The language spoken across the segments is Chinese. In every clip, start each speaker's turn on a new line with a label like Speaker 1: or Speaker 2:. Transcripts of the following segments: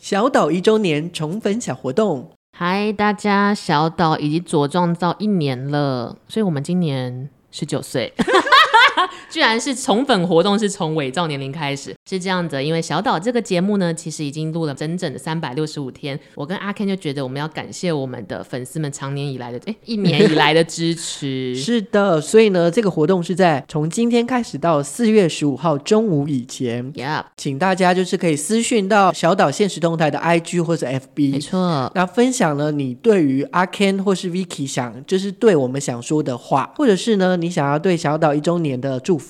Speaker 1: 小岛一周年宠粉小活动，
Speaker 2: 嗨，大家，小岛已经茁壮到一年了，所以我们今年十九岁。 居然是宠粉活动是从伪造年龄开始，是这样的。因为小岛这个节目呢，其实已经录了整整的三百六十五天。我跟阿 Ken 就觉得我们要感谢我们的粉丝们常年以来的，哎、一年以来的支 持。
Speaker 1: 是的，所以呢，这个活动是在从今天开始到四月十五号中午以前，
Speaker 2: ，Yep，
Speaker 1: 请大家就是可以私讯到小岛现实动态的 IG 或是
Speaker 2: 没
Speaker 1: FB，
Speaker 2: 错。
Speaker 1: 那分享呢，你对于阿 Ken 或是 Vicky 想，就是对我们想说的话，或者是呢，你想要对小岛一周年的祝福。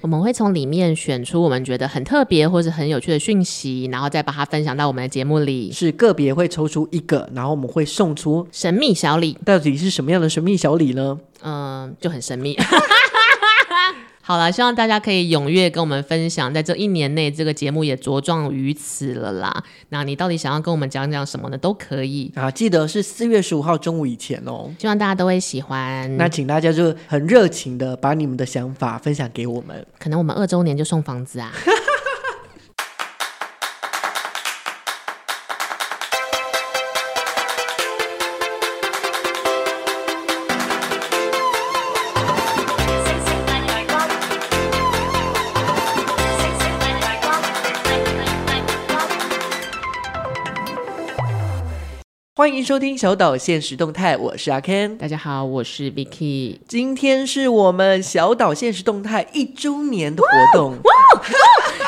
Speaker 2: 我们会从里面选出我们觉得很特别或是很有趣的讯息，然后再把它分享到我们的节目里。
Speaker 1: 是个别会抽出一个，然后我们会送出
Speaker 2: 神秘小李，
Speaker 1: 到底是什么样的神秘小礼呢？
Speaker 2: 嗯，就很神秘。 好了，希望大家可以踊跃跟我们分享，在这一年内，这个节目也茁壮于此了啦。那你到底想要跟我们讲讲什么呢？都可以，
Speaker 1: 啊，记得是四月十五号中午以前哦。
Speaker 2: 希望大家都会喜欢。
Speaker 1: 那请大家就很热情的把你们的想法分享给我们。
Speaker 2: 可能我们二周年就送房子啊。
Speaker 3: 星星大陽光，星星大陽光，大大大陽光。
Speaker 1: 欢迎收听小岛现实动态，我是阿 Ken。
Speaker 2: 大家好，我是 Vicky。
Speaker 1: 今天是我们小岛现实动态一周年的活动，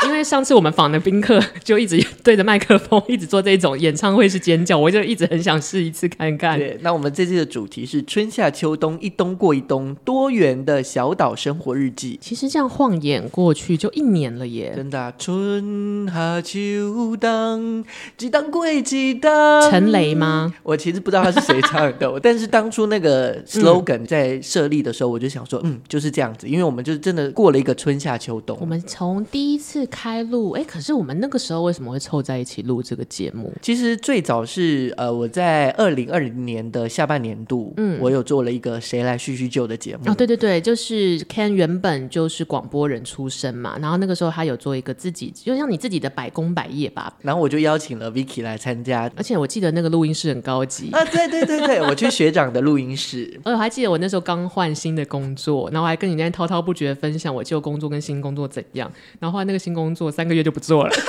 Speaker 2: 因为上次我们访的宾客就一直对着麦克风，一直做这种演唱会式尖叫，我就一直很想试一次看看。
Speaker 1: 对，那我们这次的主题是春夏秋冬，一冬过一冬，多元的小岛生活日记。
Speaker 2: 其实这样晃眼过去就一年了耶，
Speaker 1: 真的啊、春夏秋冬，几当归几当。
Speaker 2: 陈雷吗？
Speaker 1: 我其实不知道他是谁唱的，但是当初那 个
Speaker 2: 嗯
Speaker 1: slogan 在设立的时候，我就想说，嗯，就是这样子，因为我们就是真的过了一个春夏秋
Speaker 2: 我
Speaker 1: 冬。
Speaker 2: 们从第一次开录，哎，可是我们那个时候为什么会凑在一起录这个节目？
Speaker 1: 其实最早是呃，我在二零二零年的下半年度，嗯，我有做了一个《谁来叙叙旧》的节目，
Speaker 2: 哦，对对对，就是 Ken 原本就是广播人出身嘛，然后那个时候他有做一个自己，就像你自己的百工百业吧。
Speaker 1: 然后我就邀请了 Vicky 来参加。
Speaker 2: 而且我记得那个录音室很高级， 哎
Speaker 1: 啊，对对对对，我去学长的录音室，
Speaker 2: 而且我还记得我那时候刚换新的工作，然后还跟你在那滔滔不绝地分享我旧工作跟新工作怎样，然后后来那个新工作三个月就不做了，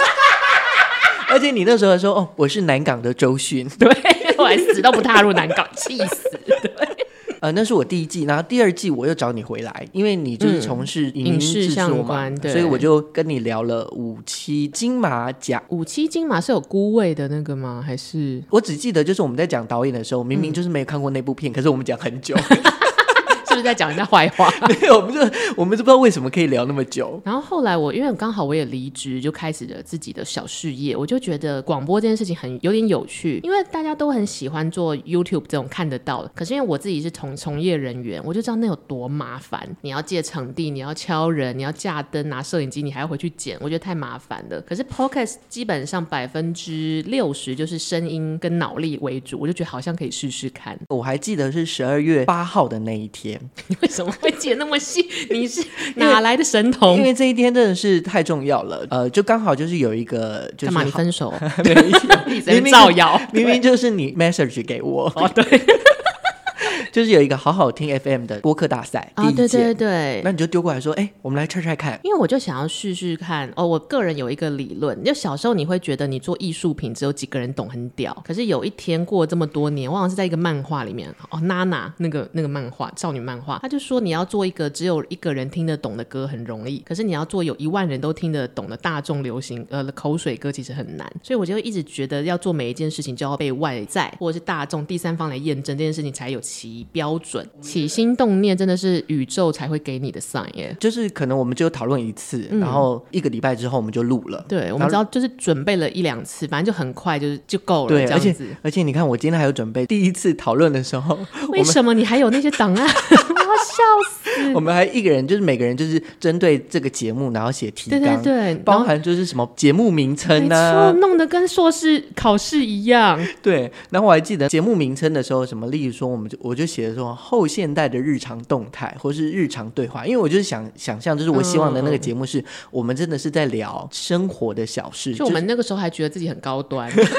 Speaker 1: 而且你那时候还说，哦，我是南港的周迅，
Speaker 2: 对，我还死都不踏入南港，气死。
Speaker 1: 呃，那是我第一季，然后第二季我又找你回来，因为你就是从事影音
Speaker 2: 嗯影视
Speaker 1: 制
Speaker 2: 相
Speaker 1: 作嘛，
Speaker 2: 关对
Speaker 1: 所以我就跟你聊了五期金马奖。
Speaker 2: 五七金马是有孤位的那个吗？还是
Speaker 1: 我只记得就是我们在讲导演的时候，明
Speaker 2: 嗯
Speaker 1: 明就是没有看过那部片，可是我们讲很久，
Speaker 2: 是不是在讲人家坏话？
Speaker 1: 对，我们就我们就不知道为什么可以聊那么久。
Speaker 2: 然后后来我因为刚好我也离职，就开始了自己的小事业，我就觉得广播这件事情很有点有趣，因为大家都很喜欢做 YouTube 这种看得到的，可是因为我自己是从从业人员，我就知道那有多麻烦，你要借场地，你要敲人，你要架灯，拿摄影机，你还要回去剪，我觉得太麻烦了。可是 Podcast 基本上百分之六十就是声音跟脑力为主，我就觉得好像可以试试看。
Speaker 1: 我还记得是十二月八号的那一天，
Speaker 2: 你为什么会剪那么细？你是哪来的神童
Speaker 1: 因？为这一天真的是太重要了。呃，就刚好就是有一个就是
Speaker 2: 干 嘛？你
Speaker 1: 好
Speaker 2: 分手？
Speaker 1: 没有
Speaker 2: 一直在造谣。
Speaker 1: 明明就是你 message 给我哦，对， 就是有一个好好听 FM 的播客大赛第
Speaker 2: 啊，
Speaker 1: 一届，
Speaker 2: 对对对
Speaker 1: 那，你就丢过来说，哎、我们来踹踹看。
Speaker 2: 因为我就想要试试看哦。我个人有一个理论，就小时候你会觉得你做艺术品只有几个人懂，很屌。可是有一天过了这么多年，我好像是在一个漫画里面哦，娜娜那个那个漫画少女漫画，他就说你要做一个只有一个人听得懂的歌很容易，可是你要做有一万人都听得懂的大众流行呃口水歌其实很难。所以我就一直觉得要做每一件事情就要被外在或者是大众第三方来验证这件事情才有其标准。起心动念真的是宇宙才会给你的 sign 耶。
Speaker 1: 就是可能我们就讨论一次，然后一个礼拜之后我们就录了。
Speaker 2: 嗯对，我
Speaker 1: 然后
Speaker 2: 们知道就是准备了一两次，反正就很快就是就够了
Speaker 1: 对，而
Speaker 2: 这样
Speaker 1: 且
Speaker 2: 子。
Speaker 1: 而且你看，我今天还有准备。第一次讨论的时候，我
Speaker 2: 为
Speaker 1: 们
Speaker 2: 什么你还有那些档案？我 笑死！
Speaker 1: 我们还一个人就是每个人就是针对这个节目，然后写提
Speaker 2: 对
Speaker 1: 纲，
Speaker 2: 对对，
Speaker 1: 包
Speaker 2: 然后
Speaker 1: 含就是什么节目名称啊
Speaker 2: 没
Speaker 1: 呢、
Speaker 2: 错，弄得跟硕士考试一样。
Speaker 1: 对，然后我还记得节目名称的时候，什么，例如说，我们就我就写的说后现代的日常动态或是日常对话，因为我就是想想象，就是我希望的那个节目是、我们真的是在聊生活的小事，
Speaker 2: 就我们那个时候还觉得自己很 高端，
Speaker 1: 就是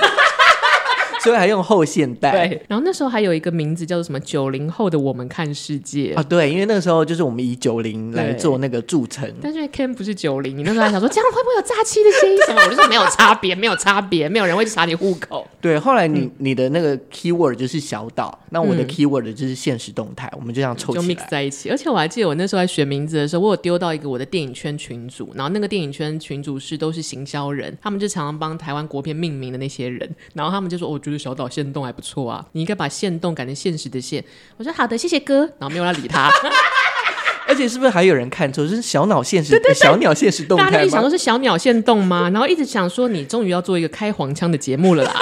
Speaker 1: 所以还用后现代。
Speaker 2: 对。然后那时候还有一个名字叫做什么“九零后的我们看世界”，
Speaker 1: 啊，对，因为那个时候就是我们以九零来
Speaker 2: 对
Speaker 1: 做那个铸成，
Speaker 2: 但是 Ken 不是九零，你那时候还想说这样会不会有诈欺的嫌疑什么？我就说没有差别，没有差别，没有人会去查你户口。
Speaker 1: 对。后来你、你的那个 keyword 就是小岛，那我的
Speaker 2: 嗯
Speaker 1: keyword 就是现实动态，我们就这样凑
Speaker 2: 就
Speaker 1: 起
Speaker 2: mix
Speaker 1: 来。
Speaker 2: 在一起。而且我还记得我那时候在选名字的时候，我有丢到一个我的电影圈群组，然后那个电影圈群组是都是行销人，他们就常常帮台湾国片命名的那些人，然后他们就说：“哦我觉得小岛限动还不错啊，你应该把限动改成现实的现。”我说：“好的，谢谢哥。”然后没有要理他，
Speaker 1: 而且是不是还有人看错？就是小脑现实，小鸟现实 动
Speaker 2: 大家
Speaker 1: 态
Speaker 2: 一直想
Speaker 1: 吗
Speaker 2: 说？是小鸟限动吗？然后一直想说你终于要做一个开黄腔的节目了 啦。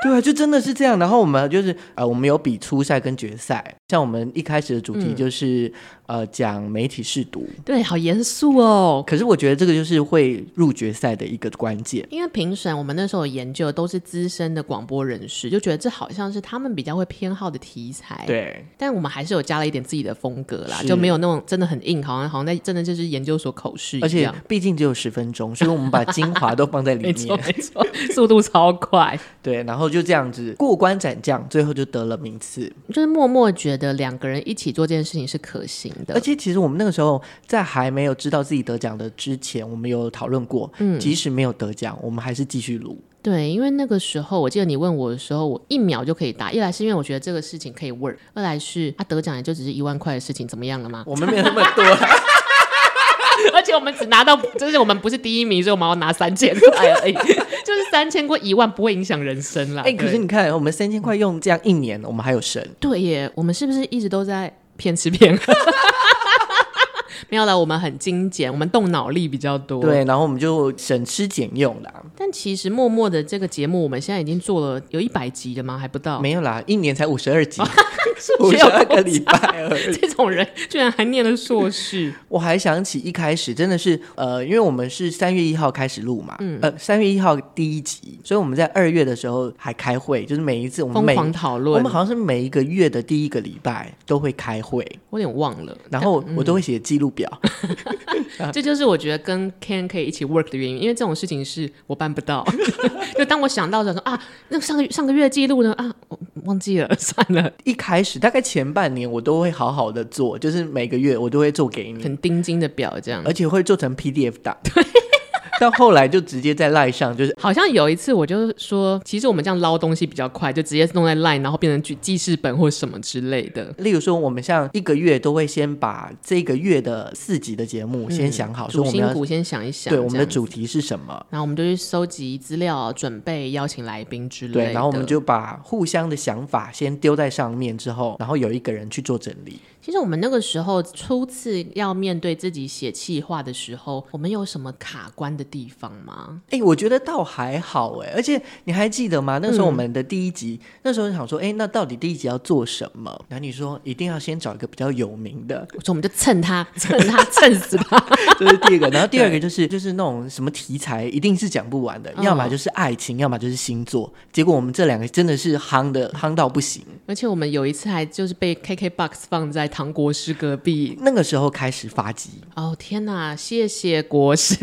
Speaker 1: 对啊，就真的是这样。然后我们就是呃，我们有比初赛跟决赛，像我们一开始的主题就是、呃讲媒体试读，
Speaker 2: 对，好严肃哦。
Speaker 1: 可是我觉得这个就是会入决赛的一个关键。
Speaker 2: 因为评审，我们那时候有研究都是资深的广播人士，就觉得这好像是他们比较会偏好的题材。
Speaker 1: 对，
Speaker 2: 但我们还是有加了一点自己的风格啦，
Speaker 1: 是
Speaker 2: 就没有那种真的很硬，好像好像在真的就是研究所口试
Speaker 1: 而
Speaker 2: 一
Speaker 1: 且
Speaker 2: 样。
Speaker 1: 毕竟只有十分钟，所以我们把精华都放在里
Speaker 2: 没 错
Speaker 1: 面。
Speaker 2: 没错，速度超快，
Speaker 1: 对，然后就这样子过关斩将，最后就得了名次。
Speaker 2: 就是默默觉得两个人一起做这件事情是可行的，
Speaker 1: 而且其实我们那个时候在还没有知道自己得奖的之前，我们有讨论过，即使没有得奖，我们还是继续录。
Speaker 2: 对，因为那个时候我记得你问我的时候，我一秒就可以答，一来是因为我觉得这个事情可以 work，二来是啊得奖也就只是一万块的事情，怎么样了吗？
Speaker 1: 我们没有那么多啦。
Speaker 2: 而且我们只拿到，就是我们不是第一名，所以我们要拿三千 块而已，哎就是三千过一万不会影响人生啦。
Speaker 1: 哎、可
Speaker 2: 对
Speaker 1: 是你看，我们三千块用这样一年，我们还有剩。
Speaker 2: 对耶，我们是不是一直都在骗吃骗喝？ 没有啦，我们很精简，我们动脑力比较多。，
Speaker 1: 对，然后我们就省吃俭用啦，
Speaker 2: 但其实默默的这个节目，我们现在已经做了有一百集了吗？还不到，
Speaker 1: 没有啦，一年才五十二 集， 五
Speaker 2: 不 是
Speaker 1: 十
Speaker 2: 哦有
Speaker 1: 二个礼拜而已。
Speaker 2: 这种人居然还念了硕士，
Speaker 1: 我还想起一开始真的是，呃，因为我们是三月一号开始录嘛，
Speaker 2: 嗯
Speaker 1: 呃，三月一号第一集，所以我们在二月的时候还开会，就是每一次我们
Speaker 2: 疯
Speaker 1: 每
Speaker 2: 狂讨
Speaker 1: 嗯我
Speaker 2: 论，
Speaker 1: 们好像是每一个月的第一个礼拜都会开会，
Speaker 2: 我有点忘 了。
Speaker 1: 然后我都会写记录表。嗯
Speaker 2: 这就是我觉得跟 Ken 可以一起 work 的原因，因为这种事情是我办不到。 就当我想到的时候说啊，那上个上个月记录呢啊，我忘记了， 算了，
Speaker 1: 一开始大概前半年我都会好好的做，就是每个月我都会做给你，
Speaker 2: 很钉钉的表这样。
Speaker 1: 而且会做成 PDF 档。到后来就直接在赖上，就是
Speaker 2: 好像有一次我就说，其实我们这样捞东西比较快，就直接弄在 Line，然后变成记记事本或什么之类的。
Speaker 1: 例如说，我们像一个月都会先把这个月的四集的节目先想好，说
Speaker 2: 嗯主
Speaker 1: 我们
Speaker 2: 心
Speaker 1: 要
Speaker 2: 骨先想一想，
Speaker 1: 对我们的
Speaker 2: 这样
Speaker 1: 主题是什么。
Speaker 2: 子，然后我们就去收集资料，准备邀请来宾之类的。
Speaker 1: 对，然后我们就把互相的想法先丢在上面，之后，然后有一个人去做整理。
Speaker 2: 其实我们那个时候初次要面对自己写企划的时候，我们有什么卡关的地方吗？
Speaker 1: 哎，我觉得倒还好哎，而且你还记得吗？那
Speaker 2: 嗯
Speaker 1: 时候我们的第一集，那时候想说，哎，那到底第一集要做什么？然后你说一定要先找一个比较有名的，
Speaker 2: 我说我们就蹭他， 蹭他，蹭死他。
Speaker 1: 这是第一个，然后第二个就是就是那种什么题材一定是讲不完的，
Speaker 2: 嗯
Speaker 1: 要么就是爱情，要么就是星座。结果我们这两个真的是夯的夯到不行。
Speaker 2: 而且我们有一次还就是被 KKBOX 放在唐国师隔壁，
Speaker 1: 那个时候开始发迹，
Speaker 2: 哦天哪，谢谢国师。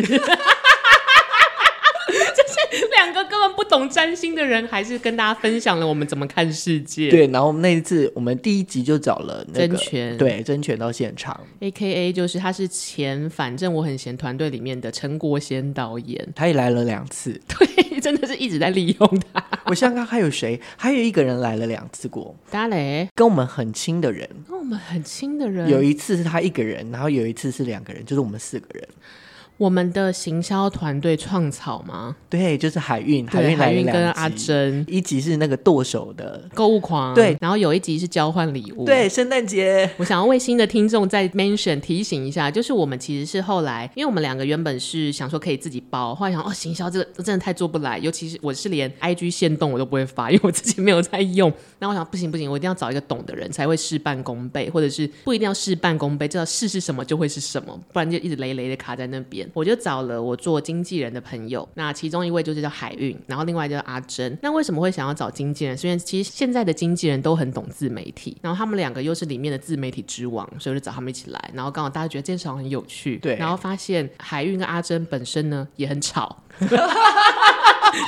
Speaker 2: 就是两个根本不懂占星的人，还是跟大家分享了我们怎么看世界。
Speaker 1: 对，然后那一次我们第一集就找了那个
Speaker 2: 甄权
Speaker 1: 对甄权到现场，
Speaker 2: ，A K A 就是他是前反正我很闲团队里面的陈国贤导演，。
Speaker 1: 他也来了两次
Speaker 2: 对，真的是一直在利用他。
Speaker 1: 我想想看还有谁，还有一个人来了两次过，
Speaker 2: 达雷，
Speaker 1: 跟我们很亲的人。
Speaker 2: 跟我们很亲的人，
Speaker 1: 有一次是他一个人，然后有一次是两个人，就是我们四个人。
Speaker 2: 我们的行销团队创草吗？
Speaker 1: 对，就是海运，海
Speaker 2: 对，
Speaker 1: 运来
Speaker 2: 海
Speaker 1: 了
Speaker 2: 运跟
Speaker 1: 两
Speaker 2: 阿
Speaker 1: 集，
Speaker 2: 珍
Speaker 1: 一集是那个剁手的，
Speaker 2: 购物狂，
Speaker 1: 对，
Speaker 2: 然后有一集是交换礼物，
Speaker 1: 对，圣诞节，
Speaker 2: 我想要为新的听众再 mention 提醒一下，就是我们其实是后来，因为我们两个原本是想说可以自己包，后来想哦，行销这个真的太做不来，尤其是我是连 IG 限动我都不会发，因为我自己没有在用。那我想不行不行，我一定要找一个懂的人才会事半功倍，或者是不一定要事半功倍，知道事是什么就会是什么，不然就一直累累的卡在那边。我就找了我做经纪人的朋友，那其中一位就是叫海运，然后另外就是阿珍。那为什么会想要找经纪人？是因为其实现在的经纪人都很懂自媒体，然后他们两个又是里面的自媒体之王，所以我就找他们一起来。然后刚好大家觉得这件事好像很有趣，
Speaker 1: 对
Speaker 2: 然后发现海运跟阿珍本身呢也很吵。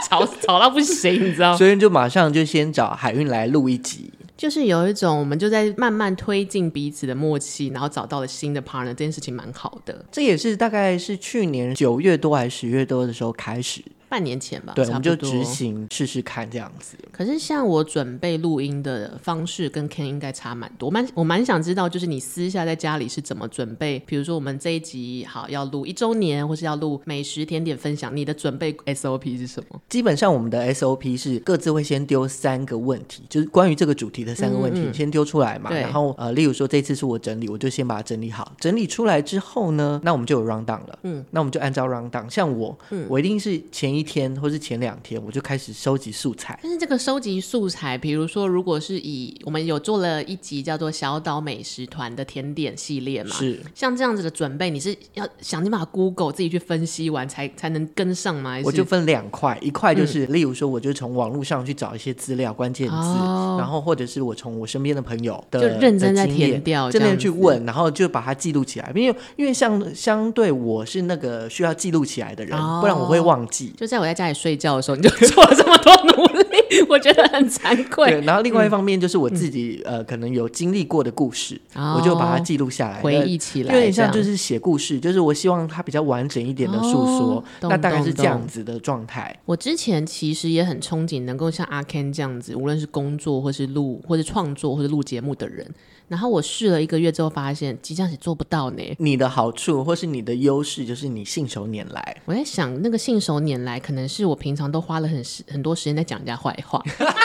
Speaker 2: 吵吵到不行，你知道吗？
Speaker 1: 所以就马上就先找海运来录一集。
Speaker 2: 就是有一种我们就在慢慢推进彼此的默契，然后找到了新的 partner，这件事情蛮好的。
Speaker 1: 这也是大概是去年九月多还是十月多的时候开始，
Speaker 2: 半年前吧，
Speaker 1: 对，我
Speaker 2: 差
Speaker 1: 们
Speaker 2: 不
Speaker 1: 就
Speaker 2: 多
Speaker 1: 执。行试试看这样子。
Speaker 2: 可是像我准备录音的方式跟 Ken 应该差蛮多，我蛮我蛮想知道，就是你私下在家里是怎么准备？比如说我们这一集好要录一周年，或是要录美食甜点分享，你的准备 SOP 是什么？
Speaker 1: 基本上我们的 SOP 是各自会先丢三个问题，就是关于这个主题的三个问题，先丢出来嘛。
Speaker 2: 对
Speaker 1: 然后呃，例如说这次是我整理，我就先把它整理好。整理出来之后呢，那我们就有 round down 了。嗯，那我们就按照 round down。像我，我一定是前一天或是前两天我就开始收集素材。
Speaker 2: 但是这个收集素材，比如说，如果是以我们有做了一集叫做“小岛美食团”的甜点系列嘛，
Speaker 1: 是
Speaker 2: 像这样子的准备，你是要想尽办法 Google 自己去分析完才才能跟上吗？还是嗯
Speaker 1: 我就分两块，一块就是，例如说，我就从网络上去找一些资料、关键字，
Speaker 2: 哦
Speaker 1: 然后或者是我从我身边的朋友的
Speaker 2: 就认真在
Speaker 1: 的经验
Speaker 2: 填掉
Speaker 1: 真
Speaker 2: 这
Speaker 1: 的
Speaker 2: 样
Speaker 1: 去
Speaker 2: 子
Speaker 1: 问，然后就把它记录起来。因为因为像相对我是那个需要记录起来的人，不然我会
Speaker 2: 哦
Speaker 1: 忘记。
Speaker 2: 就在我在家里睡觉的时候，你就做了这么多努力，我觉得很惭
Speaker 1: 对，
Speaker 2: 愧。
Speaker 1: 然后另外一方面就是我
Speaker 2: 嗯
Speaker 1: 自己、呃，可能有经历过的故事，我就把它记录下来，
Speaker 2: 哦回
Speaker 1: 那
Speaker 2: 忆起来
Speaker 1: 有点像就
Speaker 2: 这样
Speaker 1: 是写故事，就是我希望它比较完整一点的诉说
Speaker 2: 哦，
Speaker 1: 那
Speaker 2: 懂
Speaker 1: 大概
Speaker 2: 懂
Speaker 1: 是这样
Speaker 2: 懂
Speaker 1: 子的状态。
Speaker 2: 我之前其实也很憧憬能够像阿 Ken 这样子，无论是工作或是录或是创作或是录节目的人。然后我试了一个月之后，发现即将也做不到呢。
Speaker 1: 你的好处或是你的优势，就是你信手拈来。
Speaker 2: 我在想，那个信手拈来，可能是我平常都花了很时很多时间在讲人家坏话。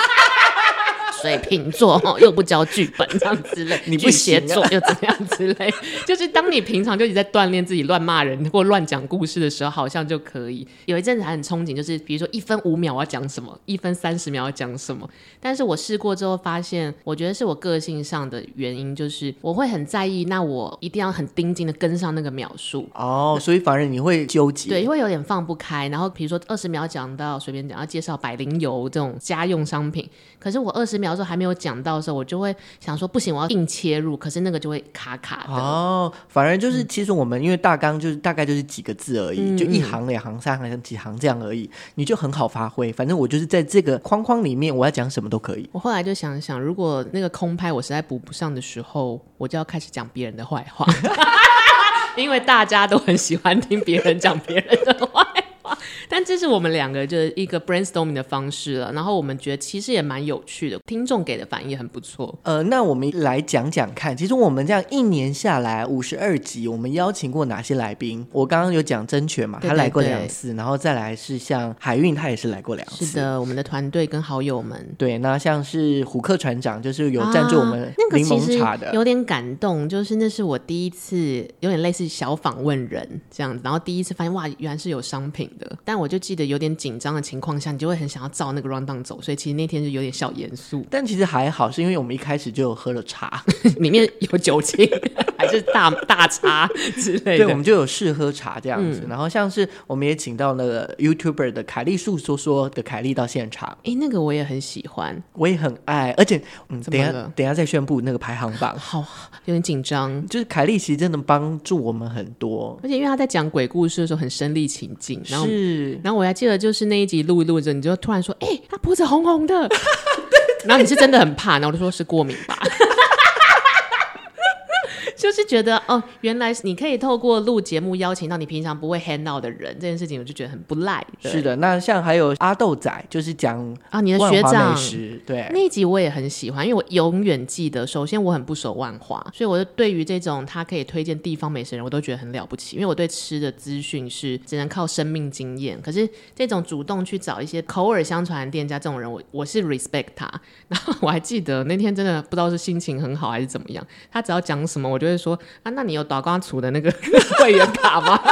Speaker 2: 水瓶座哦，又不交剧本这样之类，
Speaker 1: 你不
Speaker 2: 巨蟹
Speaker 1: 行啊
Speaker 2: 座又怎样之类， 就是当你平常就一直在锻炼自己乱骂人或乱讲故事的时候，好像就可以。有一阵子还很憧憬，就是比如说一分五秒我要讲什么，一分三十秒要讲什么。但是我试过之后发现，我觉得是我个性上的原因，就是我会很在意，那我一定要很盯紧的跟上那个秒数，
Speaker 1: 哦，所以反而你会纠结。
Speaker 2: 对，，会有点放不开。然后比如说二十秒讲到随便讲，要介绍百灵油这种家用商品，可是我二十秒的时候还没有讲到的时候，我就会想说不行，我要硬切入，可是那个就会卡卡的。
Speaker 1: 哦，反而就是其实我们因为大纲就是大概就是几个字而已，
Speaker 2: 嗯
Speaker 1: 就一行、两行、三行、几行这样而已，你就很好发挥。反正我就是在这个框框里面，我要讲什么都可以。
Speaker 2: 我后来就想想，如果那个空拍我实在补不上的时候，我就要开始讲别人的坏话， 因为大家都很喜欢听别人讲别人的坏话。但这是我们两个就是一个 brainstorming 的方式了，然后我们觉得其实也蛮有趣的，听众给的反应也很不错。
Speaker 1: 呃，那我们来讲讲看，其实我们这样一年下来五十二集，我们邀请过哪些来宾？我刚刚有讲甄权嘛，
Speaker 2: 对
Speaker 1: 他来
Speaker 2: 对
Speaker 1: 过
Speaker 2: 对
Speaker 1: 两次，然后再来是像海运，他也是来过两次。
Speaker 2: 是。的，我们的团队跟好友们
Speaker 1: 对，那像是虎克船长，就是 有赞助我们
Speaker 2: 啊那个
Speaker 1: 柠
Speaker 2: 其
Speaker 1: 檬
Speaker 2: 实
Speaker 1: 茶的，
Speaker 2: 有点感动，就是那是我第一次有点类似小访问人这样子，然后第一次发现哇，原来是有商品的，但我就记得有点紧张的情况下，你就会很想要照那个 round down 走，所以其实那天是有点小严肃，
Speaker 1: 但其实还好，是因为我们一开始就有喝了茶，
Speaker 2: 里面有酒精还是大大茶之类
Speaker 1: 对，我
Speaker 2: 的。嗯
Speaker 1: 们就有试喝茶这样子。然后像是我们也请到那个 YouTuber 的凯莉素说说的凯莉到现场，
Speaker 2: 哎、那个我也很喜欢，
Speaker 1: 我也很爱，而且嗯，
Speaker 2: 怎
Speaker 1: 等一
Speaker 2: 么
Speaker 1: 下
Speaker 2: 了。
Speaker 1: 等一下再宣布那个排行榜
Speaker 2: 好有点紧张，
Speaker 1: 就是凯莉其实真的帮助我们很多，
Speaker 2: 而且因为他在讲鬼故事的时候很身临其境， 然后
Speaker 1: 是
Speaker 2: 然后我还记得，就是那一集录一录着，你就突 然说：“哎、他脖子红红的。” 然后你是真的很怕，然后我就说是过敏吧。就是觉得哦，原来你可以透过录节目邀请到你平常不会 hang out 的人，这件事情我就觉得很不赖。
Speaker 1: 是的，那像还有阿豆仔，就是讲
Speaker 2: 啊，你的
Speaker 1: 万
Speaker 2: 学
Speaker 1: 华
Speaker 2: 长
Speaker 1: 美食，对，
Speaker 2: 那一集我也很喜欢，因为我永远记得。首先，我很不熟万华，所以我就对于这种他可以推荐地方美食的人，我都觉得很了不起。因为我对吃的资讯是只能靠生命经验，可是这种主动去找一些口耳相传的店家，这种人我我是 respect 他。然后我还记得那天真的不知道是心情很好还是怎么样，他只要讲什么，我就会说啊，那你有打光厨的那个 会员卡吗？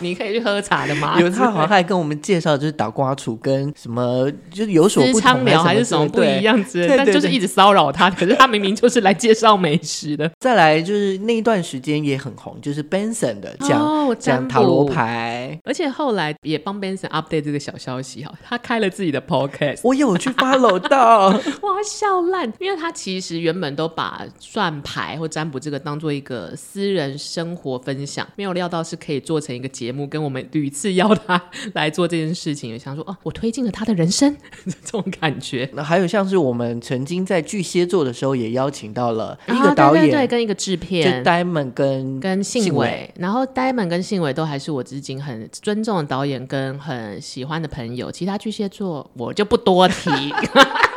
Speaker 2: 你可以去喝茶的吗？
Speaker 1: 有他好像还跟我们介绍，就是打瓜厨跟什么，就是有所
Speaker 2: 吃
Speaker 1: 不
Speaker 2: 苍
Speaker 1: 同
Speaker 2: 聊还
Speaker 1: 还
Speaker 2: 是什么不
Speaker 1: 之类
Speaker 2: 一。样之类的，
Speaker 1: 对
Speaker 2: 但
Speaker 1: 对
Speaker 2: 就是
Speaker 1: 对，
Speaker 2: 一直骚扰他。可是他明明就是来介绍美食的
Speaker 1: 再来就是那一段时间也很红，就是 Benson 的讲
Speaker 2: 哦占
Speaker 1: 讲
Speaker 2: 卜
Speaker 1: 塔罗牌，
Speaker 2: 而且后来也帮 Benson update 这个小消息哈，他开了自己 的 podcast，
Speaker 1: 我有去 follow 到。
Speaker 2: 哇，笑烂！因为他其实原本都把算牌或占卜这个当做一个私人生活分享，没有料到是可以做成一个节目，跟我们屡次邀他 来做这件事情，也想说哦，我推进了他的人生 这种感觉。
Speaker 1: 那还有像是我们曾经在巨蟹座的时候，也邀请到了一
Speaker 2: 啊
Speaker 1: 个导
Speaker 2: 对对对，
Speaker 1: 演，
Speaker 2: 跟一个制
Speaker 1: 就
Speaker 2: 片，
Speaker 1: Diamond 跟
Speaker 2: 跟信
Speaker 1: 信
Speaker 2: 伟，然后呆萌跟信伟都还是我至今很尊重的导演跟很喜欢的朋友，其他巨蟹座我就不多提。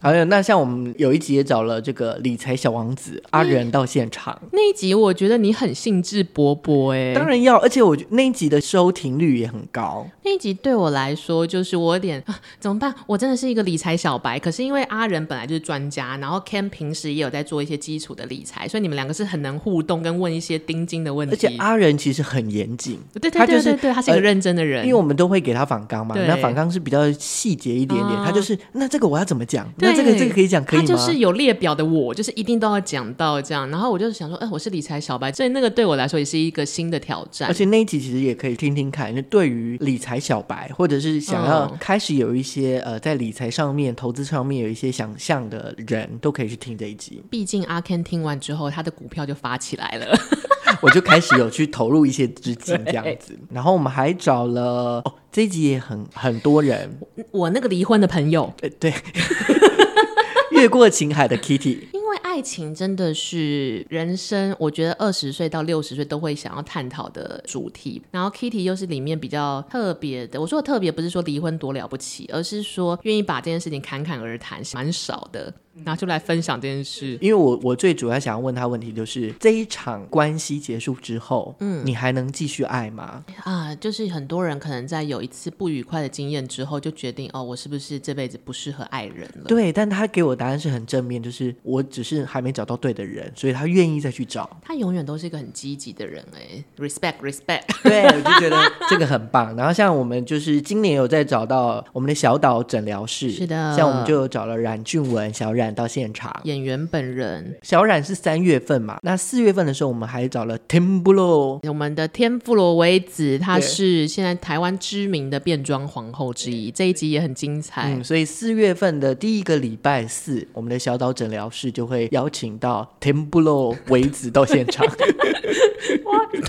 Speaker 1: 还有那像我们有一集也找了这个理财小王子
Speaker 2: 嗯
Speaker 1: 阿仁到现场。
Speaker 2: 那一集我觉得你很兴致勃勃哎、
Speaker 1: 当然要，而且我觉得那一集的收听率也很高。
Speaker 2: 那一集对我来说就是我有点、啊、怎么办？我真的是一个理财小白，可是因为阿仁本来就是专家，然后 Ken 平时也有在做一些基础的理财，所以你们两个是很能互动跟问一些钉钉的问
Speaker 1: 而且
Speaker 2: 题。
Speaker 1: 阿仁其实很严谨，
Speaker 2: 对对
Speaker 1: 他
Speaker 2: 对
Speaker 1: 就
Speaker 2: 对
Speaker 1: 是
Speaker 2: 对对，他是一个
Speaker 1: 呃
Speaker 2: 认真的人，
Speaker 1: 因为我们都会给他仿纲嘛，
Speaker 2: 对
Speaker 1: 那仿纲是比较细节一点点，
Speaker 2: 啊
Speaker 1: 他就是那这个我要怎么讲？
Speaker 2: 对
Speaker 1: 那这个这个可以讲可以
Speaker 2: 他
Speaker 1: 吗？
Speaker 2: 就是有列表的我，就是一定都要讲到这样。然后我就是想说，哎、我是理财小白，所以那个对我来说也是一个新的挑战。
Speaker 1: 而且那一集其实也可以听听看，就对于理财小白，或者是想要
Speaker 2: 嗯
Speaker 1: 开始有一些、呃在理财上面、投资上面有一些想象的人，都可以去听这一集。
Speaker 2: 毕竟阿 Ken 听完之后，他的股票就发起来了。
Speaker 1: 我就开始有去投入一些资金这样子。然后我们还找了哦，这一集也很很多人，
Speaker 2: 我那个离婚的朋友，
Speaker 1: 呃，对， 越过情海的 Kitty，
Speaker 2: 因为爱情真的是人生，我觉得二十岁到六十岁都会想要探讨的主题。然后 Kitty 又是里面比较特别的，我说的特别不是说离婚多了不起，而是说愿意把这件事情侃侃而谈，蛮少的。然后就来分享这件事。
Speaker 1: 因为我我最主要想要问他问题就是，这一场关系结束之后，嗯，你还能继续爱吗？
Speaker 2: 啊，就是很多人可能在有一次不愉快的经验之后，就决定哦，我是不是这辈子不适合爱人了？。
Speaker 1: 对，但他给我答案是很正面，就是我只是还没找到对的人，所以他愿意再去找
Speaker 2: 他永远都是一个很积极的人哎、r e s p e c t respect。
Speaker 1: 对， 我就觉得这个很棒。然后像我们就是今年有在找到我们的小岛诊疗室，
Speaker 2: 是的
Speaker 1: 像我们就有找了冉俊文、小冉到现场。
Speaker 2: 演员本人，
Speaker 1: 小冉是三月份嘛，那四月份的时候，我们还找了 Timbro，
Speaker 2: 我们的天妇罗维子，她
Speaker 1: 对
Speaker 2: 是现在台湾知名的变装皇后之一，这一集也很精彩。
Speaker 1: 嗯，所以四月份的第一个礼拜四，我们的小岛诊疗室就会邀请到 Timbro 为子到现 场。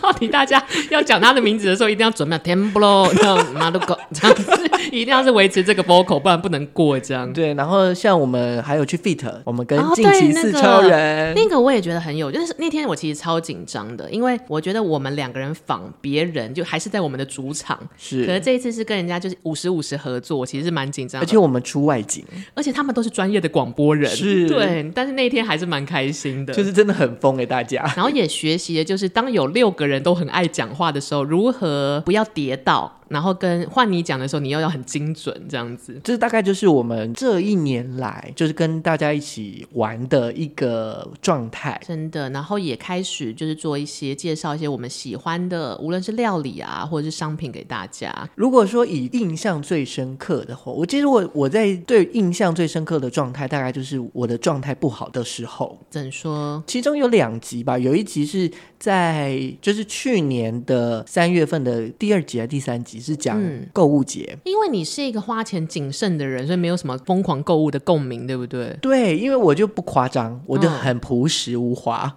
Speaker 2: 到底大家要讲他的名字的时候，一定要准备 t e m p l o 这样 m a l u o 这样子，一定要是维持这个 vocal，不然不能过这样。
Speaker 1: 对，然后像我们还有去 Fit，我们跟
Speaker 2: 哦
Speaker 1: 近
Speaker 2: 对
Speaker 1: 期
Speaker 2: 那
Speaker 1: 四
Speaker 2: 个哎
Speaker 1: 超人，
Speaker 2: 那个我也觉得很有，就是那天我其实超紧张的，因为我觉得我们两个人仿别人，就还是在我们的主场，可是
Speaker 1: 是，
Speaker 2: 这一次是跟人家就是五十五十合作，我其实是蛮紧张
Speaker 1: 而
Speaker 2: 的，
Speaker 1: 且我们出外景，
Speaker 2: 而且他们都是专业的广播人，
Speaker 1: 是
Speaker 2: 对，但是那一天还是蛮开心的，
Speaker 1: 就是真的很疯欸给大家。
Speaker 2: 然后也学习的就是，当有六个人都很爱讲话的时候，如何不要跌倒，然后跟换你讲的时候，你又要很精准，这样子。
Speaker 1: 这大概就是我们这一年来，就是跟大家一起玩的一个状态。
Speaker 2: 真的，然后也开始就是做一些介绍一些我们喜欢的，无论是料理啊，或者是商品给大家。
Speaker 1: 如果说以印象最深刻的话，我其实我我在对印象最深刻的状态，大概就是我的状态不好的时候。
Speaker 2: 怎么说？
Speaker 1: 其中有两集吧，有一集是在就是去年的三月份的第二集还是第三集，是讲
Speaker 2: 嗯
Speaker 1: 购物节。？
Speaker 2: 因为你是一个花钱谨慎的人，所以没有什么疯狂购物的共鸣，对不对
Speaker 1: 对，因为我就不夸张，我就
Speaker 2: 嗯
Speaker 1: 很朴实无华。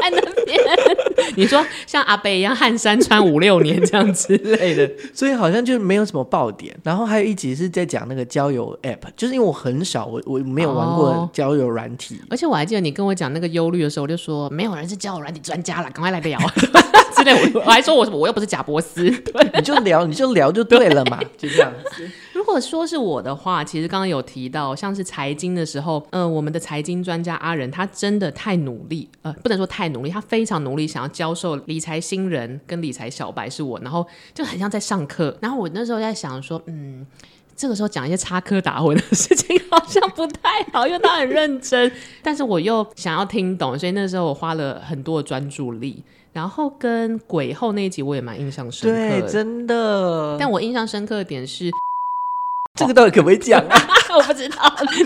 Speaker 2: 在那边你说像阿北一样汗衫穿五六年这样之类的，
Speaker 1: 所以好像就没有什么爆点。然后还有一集是在讲那个交友 app，就是因为我很少，我我没有玩
Speaker 2: 哦
Speaker 1: 过交友软 体。
Speaker 2: 而且我还记得你跟我讲那个忧虑的时候，我就说没有人是交友软体专家啦，赶快来聊 之类。我我还说我什么我又不是贾博斯。对，
Speaker 1: 你就聊，你就聊就对了嘛，就这样子。
Speaker 2: 如果说是我的话，其实刚刚有提到，像是财经的时候，呃，我们的财经专家阿仁他真的太努力，呃，不能说太努力，他非常努力，想要教授理财新人跟理财小白是我，然后就很像在上课。然后我那时候在想说，嗯。这个时候讲一些插科打诨的事情好像不太好，因为他很认真，但是我又想要听懂，所以那时候我花了很多的专注力。然后跟鬼后那一集我也蛮印象 深刻
Speaker 1: 对，
Speaker 2: 的，
Speaker 1: 真的。
Speaker 2: 但我印象深刻的点是，
Speaker 1: 这个到底可不可以讲啊？
Speaker 2: 我不知道，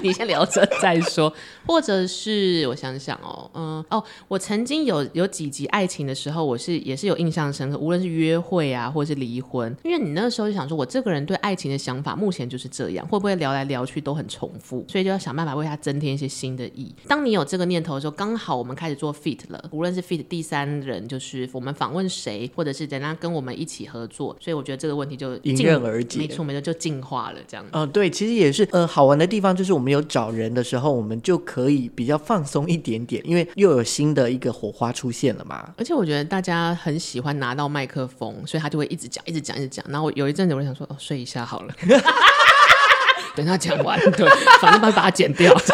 Speaker 2: 你先聊着再说，或者是我想想哦，嗯，哦，我曾经有有几集爱情的时候，我是也是有印象深刻，无论是约会啊，或者是离婚，因为你那个时候就想说，我这个人对爱情的想法目前就是这样，会不会聊来聊去都很重复，所以就要想办法为它增添一些新的意义。当你有这个念头的时候，刚好我们开始做 fit 了，无论是 fit 第三人，就是我们访问谁，或者是人家跟我们一起合作，所以我觉得这个问题就
Speaker 1: 迎
Speaker 2: 进
Speaker 1: 刃而解
Speaker 2: 没错没错，就进化了这样。
Speaker 1: 嗯、对，其实也是，呃，好玩的地方就是我们有找人的时候，我们就可以比较放松一点点，因为又有新的一个火花出现了嘛。
Speaker 2: 而且我觉得大家很喜欢拿到麦克风，所以他就会一直讲，一直讲，一直讲。然后我有一阵子我就想说，哦，睡一下好了， 等他讲完，对，反正会把它剪掉。对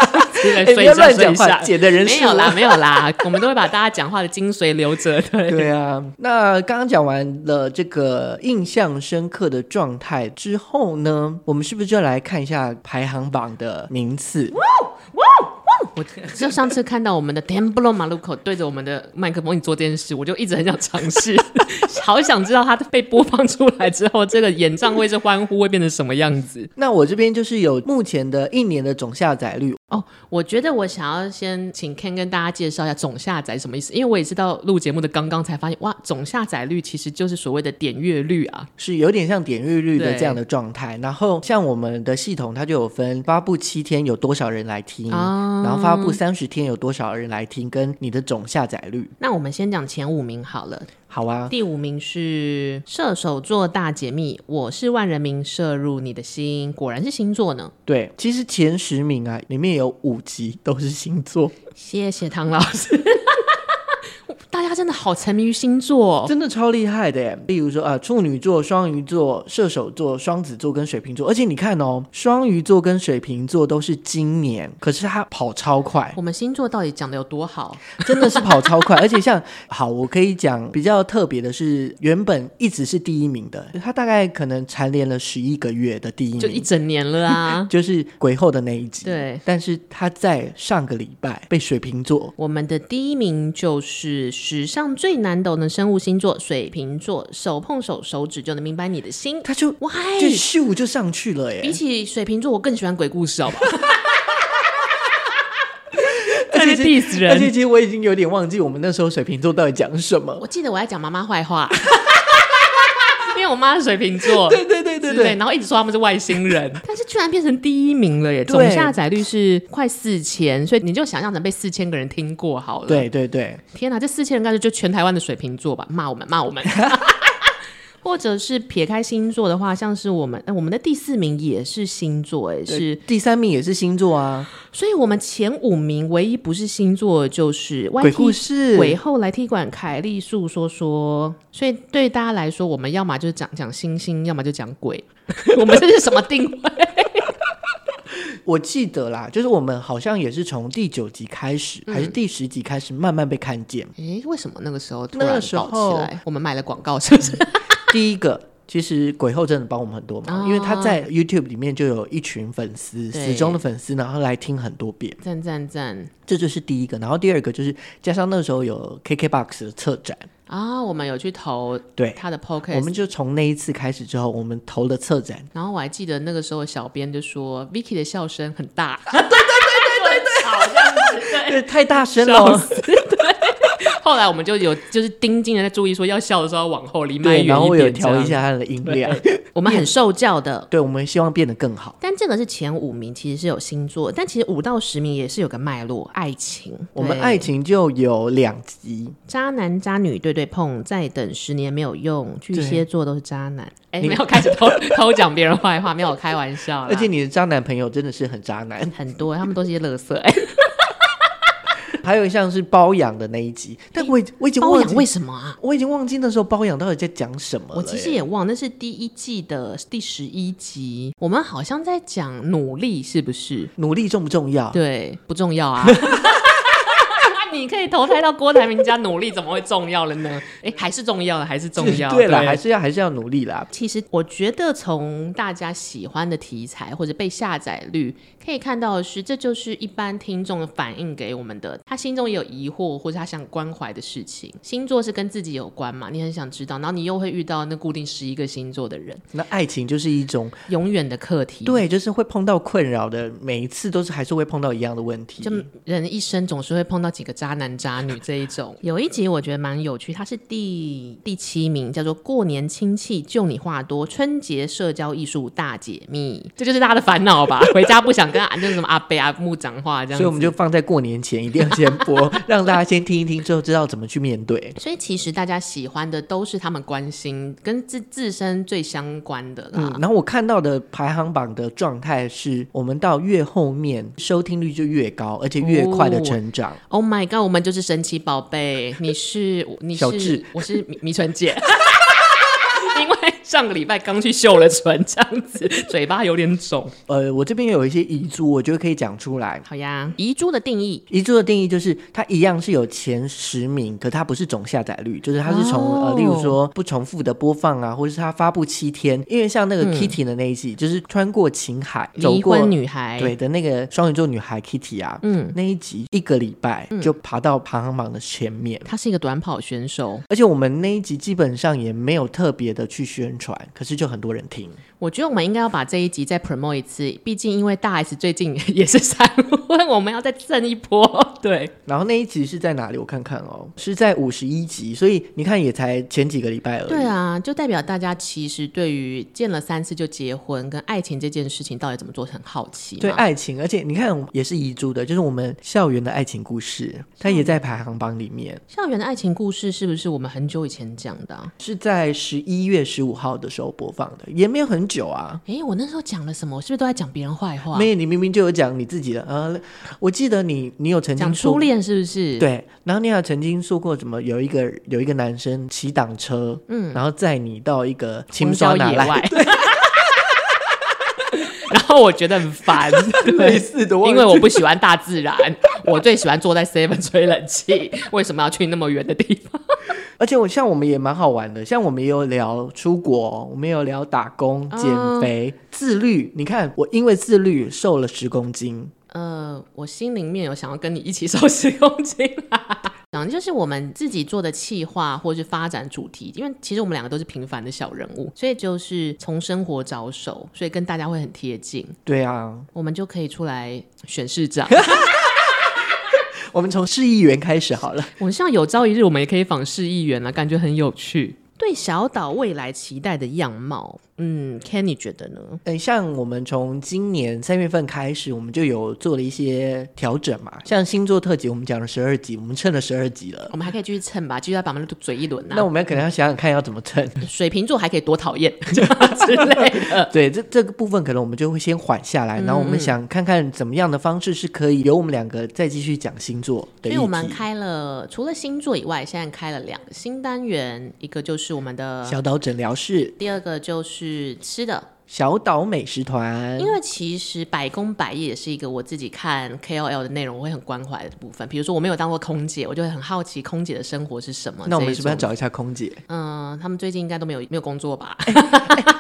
Speaker 1: 哎
Speaker 2: 睡
Speaker 1: 不
Speaker 2: 一
Speaker 1: 要
Speaker 2: 下，
Speaker 1: 乱
Speaker 2: 睡一
Speaker 1: 讲话
Speaker 2: 下，
Speaker 1: 剪的人
Speaker 2: 没
Speaker 1: 是
Speaker 2: 有 啦，
Speaker 1: 我
Speaker 2: 没有啦，我们都会把大家讲话的精髓留着。对，
Speaker 1: 对啊，那刚刚讲完了这个印象深刻的状态之后呢，我们是不是就来看一下排行榜的名次？
Speaker 2: 我就上次看到我们的 Templo Maluco 对着我们的麦克风你做这件事，我就一直很想尝试， 好想知道他被播放出来之后，这个演唱会是欢呼会变成什么样子。
Speaker 1: 那我这边就是有目前的一年的总下载率，
Speaker 2: 哦，我觉得我想要先请 Ken 跟大家介绍一下总下载什么意思，因为我也是到录节目的刚刚才发现，哇，总下载率其实就是所谓的点阅率啊。
Speaker 1: 是有点像点阅率的
Speaker 2: 对
Speaker 1: 这样的状态。然后像我们的系统，它就有分发布七天有多少人来听，
Speaker 2: 啊
Speaker 1: 然后发布三十天有多少人来听，跟你的总下载率。
Speaker 2: 那我们先讲前五名好了，
Speaker 1: 好啊，
Speaker 2: 第五名是射手座大解密，我是万人迷，射入你的心，果然是星座呢。
Speaker 1: 对，其实前十名啊，里面有五集都是星座，
Speaker 2: 谢谢唐老师，大家真的好沉迷于星座、哦。
Speaker 1: 真的超厉害的耶。例如说啊、处女座、双鱼座、射手座、双子座跟水瓶座，而且你看哦，双鱼座跟水瓶座都是今年，可是它跑超快，
Speaker 2: 我们星座到底讲的有多好？
Speaker 1: 真的是跑超快，而且像好，我可以讲比较特别的是，原本一直是第一名的，他大概可能蝉联了十一个月的第一名，！
Speaker 2: 就一整年了啊
Speaker 1: 就是鬼后的那一集。
Speaker 2: 对，
Speaker 1: 但是他在上个礼拜被水瓶座。
Speaker 2: 我们的第一名就是史上最难懂的生物星座——水瓶座，手碰手，手指就能明白你的心。
Speaker 1: 他就
Speaker 2: 哇，
Speaker 1: 就咻就上去了耶
Speaker 2: 比！起水瓶座，我更喜欢鬼故事，好不好？
Speaker 1: 而且
Speaker 2: 这是 diss 人
Speaker 1: 而且其实我已经有点忘记我们那时候水瓶座到底讲什么。
Speaker 2: 我记得我在讲妈妈坏话，因为我妈是水瓶座，
Speaker 1: 对对对对
Speaker 2: 之类
Speaker 1: 对，
Speaker 2: 然后一直说他们是外星人，但是居然变成第一名了耶！
Speaker 1: 对
Speaker 2: 总下载率是快四千，所以你就想象成被四千个人听过好了。
Speaker 1: 对对对，
Speaker 2: 天哪，这四千人干脆就全台湾的水瓶座吧，骂我们，骂我 们。或者是撇开星座的话，像是我们，哎、我们的第四名也是星座、哎，
Speaker 1: 对
Speaker 2: 是，
Speaker 1: 第三名也是星座啊，
Speaker 2: 所以我们前五名唯一不是星座的就是
Speaker 1: 鬼
Speaker 2: YT
Speaker 1: 故事，
Speaker 2: 鬼后来踢馆凯丽诉说说，所以对大家来说，我们要么就是讲讲星星，要么就讲鬼， 我们这是什么定 位？
Speaker 1: 我记得啦，就是我们好像也是从第九集开始，
Speaker 2: 嗯
Speaker 1: 还是第十集开始慢慢被看见。
Speaker 2: 哎、为什么那个时候突
Speaker 1: 那个
Speaker 2: 然
Speaker 1: 时
Speaker 2: 爆起
Speaker 1: 候嗯
Speaker 2: 来？我们买了广告是不是？
Speaker 1: 第一个。其实鬼后真的帮我们很多忙，
Speaker 2: 哦
Speaker 1: 因为他在 YouTube 里面就有一群粉丝，
Speaker 2: 对
Speaker 1: 死忠的粉丝，然后来听很多遍，
Speaker 2: 赞赞赞！
Speaker 1: 这就是第一个。然后第二个就是加上那时候有 KKBOX 的策展，
Speaker 2: 啊，我们有去投
Speaker 1: 对，
Speaker 2: 他的 p o c a s t
Speaker 1: 我们就从那一次开始之后，我们投了策展，
Speaker 2: 然后我还记得那个时候，小编就说 Vicky 的笑声很 大，对对对对对对，吵这样子，
Speaker 1: 对，太大声
Speaker 2: 笑
Speaker 1: 了，
Speaker 2: 死。后来我们就有就是盯紧的在注意，说要笑的时候要往后离麦
Speaker 1: 对，
Speaker 2: 远
Speaker 1: 然后我
Speaker 2: 一
Speaker 1: 有
Speaker 2: 点，
Speaker 1: 调一。下它的音量，
Speaker 2: 我们很受教的。
Speaker 1: 对，我们希望变得更好。
Speaker 2: 但这个是前五名，其实是有星座，但其实五到十名也是有个脉络，爱情。
Speaker 1: 我们
Speaker 2: 对
Speaker 1: 爱情就有两集，
Speaker 2: 渣男渣女对对碰，再等十年没有用。巨蟹座都是渣男，哎，
Speaker 1: 你
Speaker 2: 没有 开始偷偷讲别人坏话，没有开玩笑啦。
Speaker 1: 而且你的渣男朋友真的是很渣男。
Speaker 2: 很多，他们都是一些垃圾。哎，
Speaker 1: 还有像是包养的那一集，但我已我已经
Speaker 2: 包
Speaker 1: 忘
Speaker 2: 养为
Speaker 1: 记，
Speaker 2: 什么啊？
Speaker 1: 我已经忘记那时候包养到底在讲什么了耶。
Speaker 2: 我其实也忘，那是第一季的第十一集，我们好像在讲努力，是不是？
Speaker 1: 努力重不重要？
Speaker 2: 对，不 重要啊。你可以投胎到郭台铭家，努力怎么会重要了呢？哎，还是重要的，还是重要。
Speaker 1: 对了，还是要还是要努力啦。
Speaker 2: 其实我觉得，从大家喜欢的题材或者被下载率，可以看到的是，这就是一般听众反映给我们的，他心中也有疑惑或者他想关怀的事情。星座是跟自己有关嘛，你很想知道，然后你又会遇到那固定十一个星座的人，
Speaker 1: 那爱情就是一种
Speaker 2: 永远的课题。，
Speaker 1: 对，就是会碰到困扰的，每一次都是还是会碰到一样的问题。
Speaker 2: 就人一生总是会碰到几个渣男渣女这一种。 有一集我觉得蛮有趣，它是第第七名，叫做《过年亲戚就你话多》，春节社交艺术大解密，这就是大家的烦恼吧？ 回家不想跟啊那什么阿伯阿木讲话这样
Speaker 1: 所
Speaker 2: 子，
Speaker 1: 以我们就放在过年前一定要先 播，让大家先听一听，之后知道怎么去面对。
Speaker 2: 所以其实大家喜欢的都是他们关心跟自自身最相关的啦。
Speaker 1: 嗯，然后我看到的排行榜的状态是，我们到越后面收听率就越高，而且越快的成长。
Speaker 2: Oh my god！我们就是神奇宝贝，你是你
Speaker 1: 小
Speaker 2: 是
Speaker 1: 智
Speaker 2: 我是迷迷唇姐， 因为上个礼拜刚去秀了唇，这样子嘴巴有点肿。
Speaker 1: 呃，我这边有一些遗珠，我觉得可以讲出来。
Speaker 2: 好呀，遗珠的定义
Speaker 1: 遗珠的定义就是，它一样是有前十名，可它不是总下载率，就是它是从、
Speaker 2: 哦
Speaker 1: 呃，例如说不重复的播放啊，或者是它发布七天，因为像那个 Kitty 的那一季，就是穿过情海，走
Speaker 2: 离
Speaker 1: 过
Speaker 2: 嗯婚女孩，
Speaker 1: 对，的那个双鱼座女孩 Kitty 啊，
Speaker 2: 嗯
Speaker 1: 嗯，那一集一个礼拜就爬到排行榜的前面。
Speaker 2: 她是一个短跑选手。
Speaker 1: 而且我们那一集基本上也没有特别的去宣传，可是就很多人听。
Speaker 2: 我觉得我们应该要把这一集再 promote 一次，毕竟因为大 S 最近 也是闪婚，我们要再蹭一波。对，
Speaker 1: 然后那一集是在哪里？我看看哦，是在五十一集，所以你看也才前几个礼拜而已。
Speaker 2: 对啊，就代表大家其实对于见了三次就结婚跟爱情这件事情到底怎么做很好奇嘛。
Speaker 1: 对爱情，而且你看也是遗珠的，就是我们校园的爱情故事，它也在排行榜里面，
Speaker 2: 校园的爱情故事是不是我们很久以前讲的、啊？
Speaker 1: 是在十一月十五号的时候播放的，也没有很久啊。
Speaker 2: 诶，我那时候讲了什么？我是不是都在讲别人坏话？
Speaker 1: 没有，你明明就有讲你自己的，呃，我记得你你有曾经
Speaker 2: 讲
Speaker 1: 说
Speaker 2: 初恋是不是？，
Speaker 1: 对，然后你还曾经说过什么？有一个有一个男生骑挡车，嗯，然后载你到一个青
Speaker 2: 荒
Speaker 1: 山
Speaker 2: 郊
Speaker 1: 哪
Speaker 2: 野外
Speaker 1: 来。
Speaker 2: 然后我觉得很 烦，
Speaker 1: 类
Speaker 2: 对，
Speaker 1: 似的，
Speaker 2: 因
Speaker 1: 因
Speaker 2: 为
Speaker 1: 为
Speaker 2: 我不喜欢大自然，我最喜欢坐在 Seven 吹冷气。为什么要去那么远的地方？
Speaker 1: 而且我像我们也蛮好玩的，像我们也有聊出国，我们也有聊打工、
Speaker 2: 嗯
Speaker 1: 减肥、自律。你看，我因为自律瘦了十公斤，
Speaker 2: 呃，我心里面有想要跟你一起瘦十公斤啦。 讲的就是我们自己做的企划或是发展主题，因为其实我们两个都是平凡的小人物，所以就是从生活着手，所以跟大家会很贴近。
Speaker 1: 对啊，
Speaker 2: 我们就可以出来选市长。
Speaker 1: 我们从市议员开始好了。
Speaker 2: 我希望有朝一日我们也可以访市议员了，啊感觉很有趣。对小岛未来期待的样貌，嗯，Kenny 觉得呢？
Speaker 1: 嗯，像我们从今年三月份开始，我们就有做了一些调整嘛。像星座特辑，我们讲了十二集，我们蹭了十二集了。
Speaker 2: 我们还可以继续蹭吧，继续再把他们嘴一轮
Speaker 1: 那
Speaker 2: 啊
Speaker 1: 我。们可能要想想看要怎么蹭。
Speaker 2: 水瓶座还可以多讨厌 这样之类的。
Speaker 1: 对，这这个部分可能我们就会先缓下来，然后我
Speaker 2: 嗯
Speaker 1: 们想看看怎么样的方式是可以由我们两个再继续讲星座的
Speaker 2: 所
Speaker 1: 议
Speaker 2: 以
Speaker 1: 题。
Speaker 2: 我们开了除了星座以外，现在开了两个新单元，一个就是我们的，
Speaker 1: 小岛诊疗室、
Speaker 2: 第二个就是吃的。
Speaker 1: 小岛美食团
Speaker 2: 因，为其实百工百业也是一个我自己看 KOL 的内容，我会很关怀的部分。比如说我没有当过空姐，我就会很好奇空姐的生活是什么。
Speaker 1: 那我
Speaker 2: 这
Speaker 1: 们
Speaker 2: 一
Speaker 1: 是不是要
Speaker 2: 种
Speaker 1: 找一下空姐？
Speaker 2: 嗯，他们最近应该都没有没有工作吧？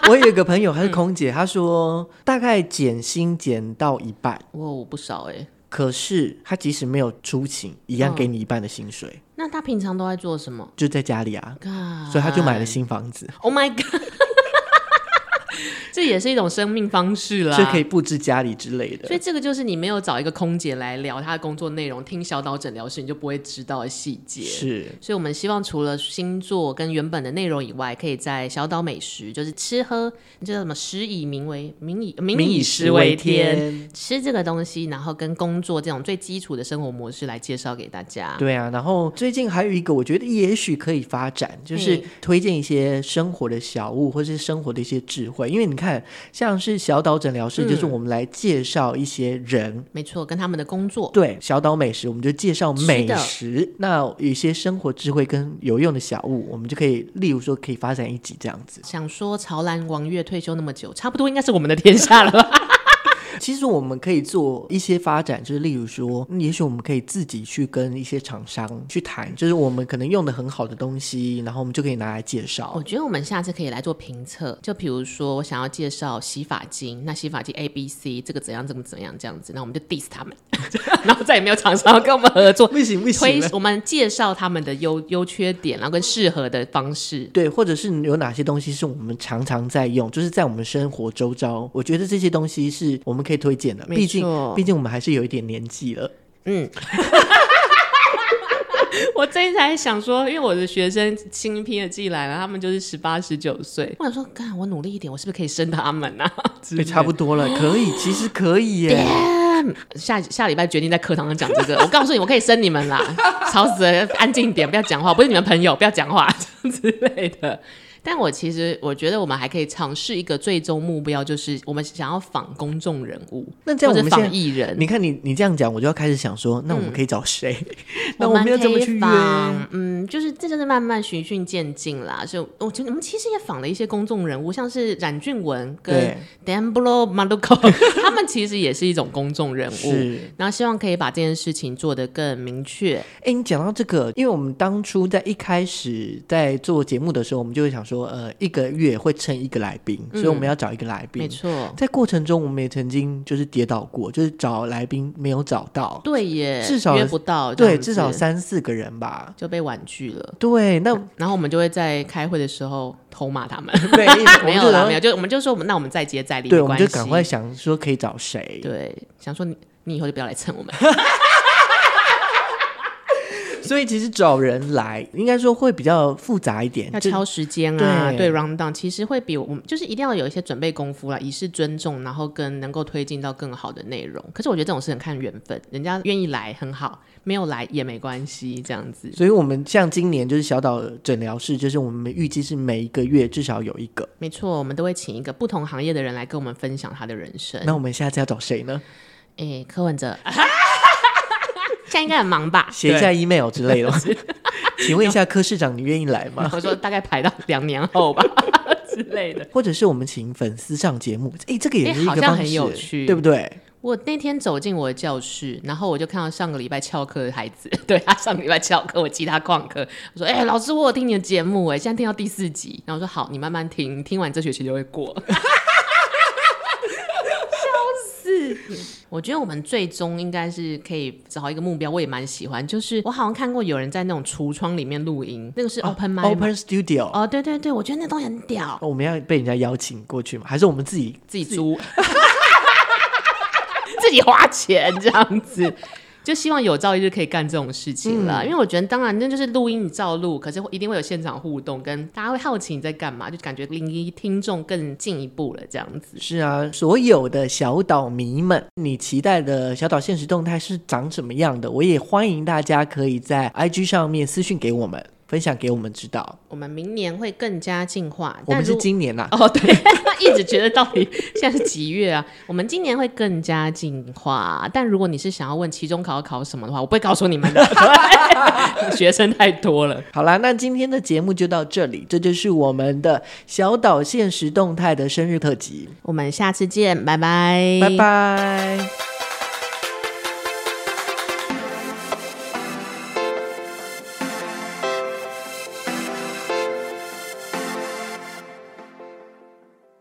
Speaker 1: 我有一个朋友，她是空姐，她说大概减薪减到一半，
Speaker 2: 我我不少哎、
Speaker 1: 可是她即使没有出勤，一
Speaker 2: 嗯
Speaker 1: 样给你一半的薪水，
Speaker 2: 那他平常都在做什么？
Speaker 1: 就在家里啊，
Speaker 2: God
Speaker 1: 所以她就买了新房子。
Speaker 2: Oh my god！ 这也是一种生命方式啦。
Speaker 1: 就可以布置家里之类
Speaker 2: 啊所
Speaker 1: 的
Speaker 2: 以。这个就是你没有找一个空姐来聊她的工作内容，听小岛诊疗室，你就不会知道的细节。
Speaker 1: 是，
Speaker 2: 所以我们希望除了星座跟原本的内容以外，可以在小岛美食，就是吃喝，你知道什么“食以民为民以民
Speaker 1: 民
Speaker 2: 以
Speaker 1: 以
Speaker 2: 食
Speaker 1: 食
Speaker 2: 为
Speaker 1: 为
Speaker 2: 天”，
Speaker 1: 天。
Speaker 2: 吃这个东西，然后跟工作这种最基础的生活模式来介绍给大家。
Speaker 1: 对啊，然后最近还有一个，我觉得也许可以发展，就是
Speaker 2: 嘿
Speaker 1: 推荐一些生活的小物，或是生活的一些智慧。因为你看，像是小岛诊疗室，就是
Speaker 2: 嗯
Speaker 1: 我们来介绍一些人，
Speaker 2: 没错，跟他们的工作。
Speaker 1: 对，小岛美食，我们就介绍美
Speaker 2: 吃的。
Speaker 1: 食。那有一些生活智慧跟有用的小物，我们就可以，例如说，可以发展一集这样子
Speaker 2: 想说潮兰王月退休那么久，差不多应该是我们的天下了吧？
Speaker 1: 其实我们可以做一些发展，就是例如说，嗯也许我们可以自己去跟一些厂商去谈，就是我们可能用的很好的东西，然后我们就可以拿来介绍
Speaker 2: 我。觉得我们下次可以来做评测，就比如说我想要介绍洗发精，那洗发精 A、B、C 这个怎样怎么怎么样这样子，那我们就 diss 他们， 然后再也没有厂商要跟我们合 作。
Speaker 1: 不行不
Speaker 2: 推
Speaker 1: 行了，
Speaker 2: 我们介绍他们的优优缺点，然后跟适合的方式。
Speaker 1: 对，或者是有哪些东西是我们常常在用，就是在我们生活周遭，我觉得这些东西是我们可以推荐的。
Speaker 2: 没
Speaker 1: 毕竟
Speaker 2: 错，
Speaker 1: 毕竟我们还是有一点年纪了。
Speaker 2: 嗯。 我这一才想说，因为我的学生新一批的进来了，他们就是十八、十九岁。我想说，干，我努力一点，我是不是可以生他们 啊？
Speaker 1: 对，哎差不多了，可以，其实可以耶。
Speaker 2: 下下礼拜决定在课堂上讲这个。我告诉你，我可以生你们啦， 吵死了，安静一点，不要讲话，不是你们朋友，不要讲话 之类的。但我其实我觉得我们还可以尝试一个最终目标，就是我们想要仿公众人物，
Speaker 1: 那这样我
Speaker 2: 或者
Speaker 1: 们
Speaker 2: 仿
Speaker 1: 现在，
Speaker 2: 艺人。
Speaker 1: 你看你你这样讲，我就要开始想说，那我们可以找谁？ 那
Speaker 2: 我
Speaker 1: 我
Speaker 2: 们
Speaker 1: 们要
Speaker 2: 可
Speaker 1: 怎么
Speaker 2: 以
Speaker 1: 去约？
Speaker 2: 仿，嗯，就是这就是慢慢循序渐进啦。所以我觉得我们其实也仿了一些公众人物，像是冉俊文跟
Speaker 1: 对
Speaker 2: Dan b l o m a l u k o 他们其实也是一种公众人物。
Speaker 1: 是，
Speaker 2: 然后希望可以把这件事情做得更明确。
Speaker 1: 哎，你讲到这个，因为我们当初在一开始在做节目的时候，我们就会想说，呃，一个月会称一个来宾，所以我们要找一个来
Speaker 2: 嗯没
Speaker 1: 宾。
Speaker 2: 错，
Speaker 1: 在过程中，我们也曾经就是跌倒过，就是找来宾没有找到，
Speaker 2: 对耶，
Speaker 1: 至少
Speaker 2: 约不到这样
Speaker 1: 对，
Speaker 2: 子，
Speaker 1: 至少三四个人吧。
Speaker 2: 就被婉拒了。
Speaker 1: 对， 那
Speaker 2: 然后我们就会在开会的时候偷骂他们，
Speaker 1: 对，
Speaker 2: 没
Speaker 1: 我们
Speaker 2: 有
Speaker 1: 就
Speaker 2: 啦，
Speaker 1: 想
Speaker 2: 没有，就我们就说，那我们再接再厉，
Speaker 1: 对，
Speaker 2: 没
Speaker 1: 我们
Speaker 2: 关
Speaker 1: 就赶
Speaker 2: 系
Speaker 1: 快想说可以找谁。
Speaker 2: 对，想说你你以后就不要来 蹭我们。
Speaker 1: 所以其实找人来，应该说会比较复杂一点。
Speaker 2: 要
Speaker 1: 就
Speaker 2: 挑时间啊，
Speaker 1: 对
Speaker 2: 对 round down，其实会比我们就是一定要有一些准备功夫啦，以示尊重，然后跟能够推进到更好的内容。可是我觉得这种事很看缘分，人家愿意来很好，没有来也没关系，这样子
Speaker 1: 所以我们像今年就是小岛诊疗室，就是我们预计是每一个月至少有一个。
Speaker 2: 没错。我们都会请一个不同行业的人来跟我们分享他的人生。
Speaker 1: 那我们下次要找谁呢？
Speaker 2: 诶，柯文哲， 现在应该很忙吧？
Speaker 1: 写 一下 email 之类的。 请问一下柯市长，你愿意来
Speaker 2: 对。
Speaker 1: 吗？
Speaker 2: 我说大概排到两年 后吧
Speaker 1: 哦
Speaker 2: 之类的。
Speaker 1: 或者是我们请粉丝上节目？哎，这个也是一
Speaker 2: 哎好
Speaker 1: 个
Speaker 2: 像
Speaker 1: 方
Speaker 2: 很
Speaker 1: 式，
Speaker 2: 有趣
Speaker 1: 对不对？
Speaker 2: 我那天走进我的教室，然后我就看到上个礼拜翘课的孩子， 对他上个礼拜翘课，我记他旷课。我说：“哎、老师，我有听你的节目，哎，现在听到第四集。”然后我说：“好，你慢慢听，听完这学期就会过。” 笑死！我觉得我们最终应该是可以找一个目标，我也蛮喜欢，就是我好像看过有人在那种橱窗里面录音，那个是哦 open mic 吗
Speaker 1: 哦 Open Studio，哦
Speaker 2: 哦，对对对，我觉得那东西很屌，
Speaker 1: 我们要被人家邀请过去吗？还是我们自己？
Speaker 2: 自己租， 自己花钱这样子。就希望有朝一日可以干这种事情啦，因为我觉得当然那就是录音你照录，可是一定会有现场互动，跟大家会好奇你在干嘛，就感觉离听众更进一步了这样子。
Speaker 1: 是啊，所有的小岛迷们，你期待的小岛现实动态是长什么样的？我也欢迎大家可以在 IG 上面私讯给我们，分享给我们知道。
Speaker 2: 我们明年会更加进化，
Speaker 1: 我
Speaker 2: 但
Speaker 1: 们是
Speaker 2: 如
Speaker 1: 今年呐、
Speaker 2: 哦，对，一直觉得到底现在是几月啊？我们今年会更加进化，但如果你是想要问期中考要考什么的话，我不会告诉你们的， 学生太多了。
Speaker 1: 好啦，那今天的节目就到这里，这就是我们的小岛现实动态的生日特辑，
Speaker 2: 我们下次见，拜拜，
Speaker 1: 拜拜。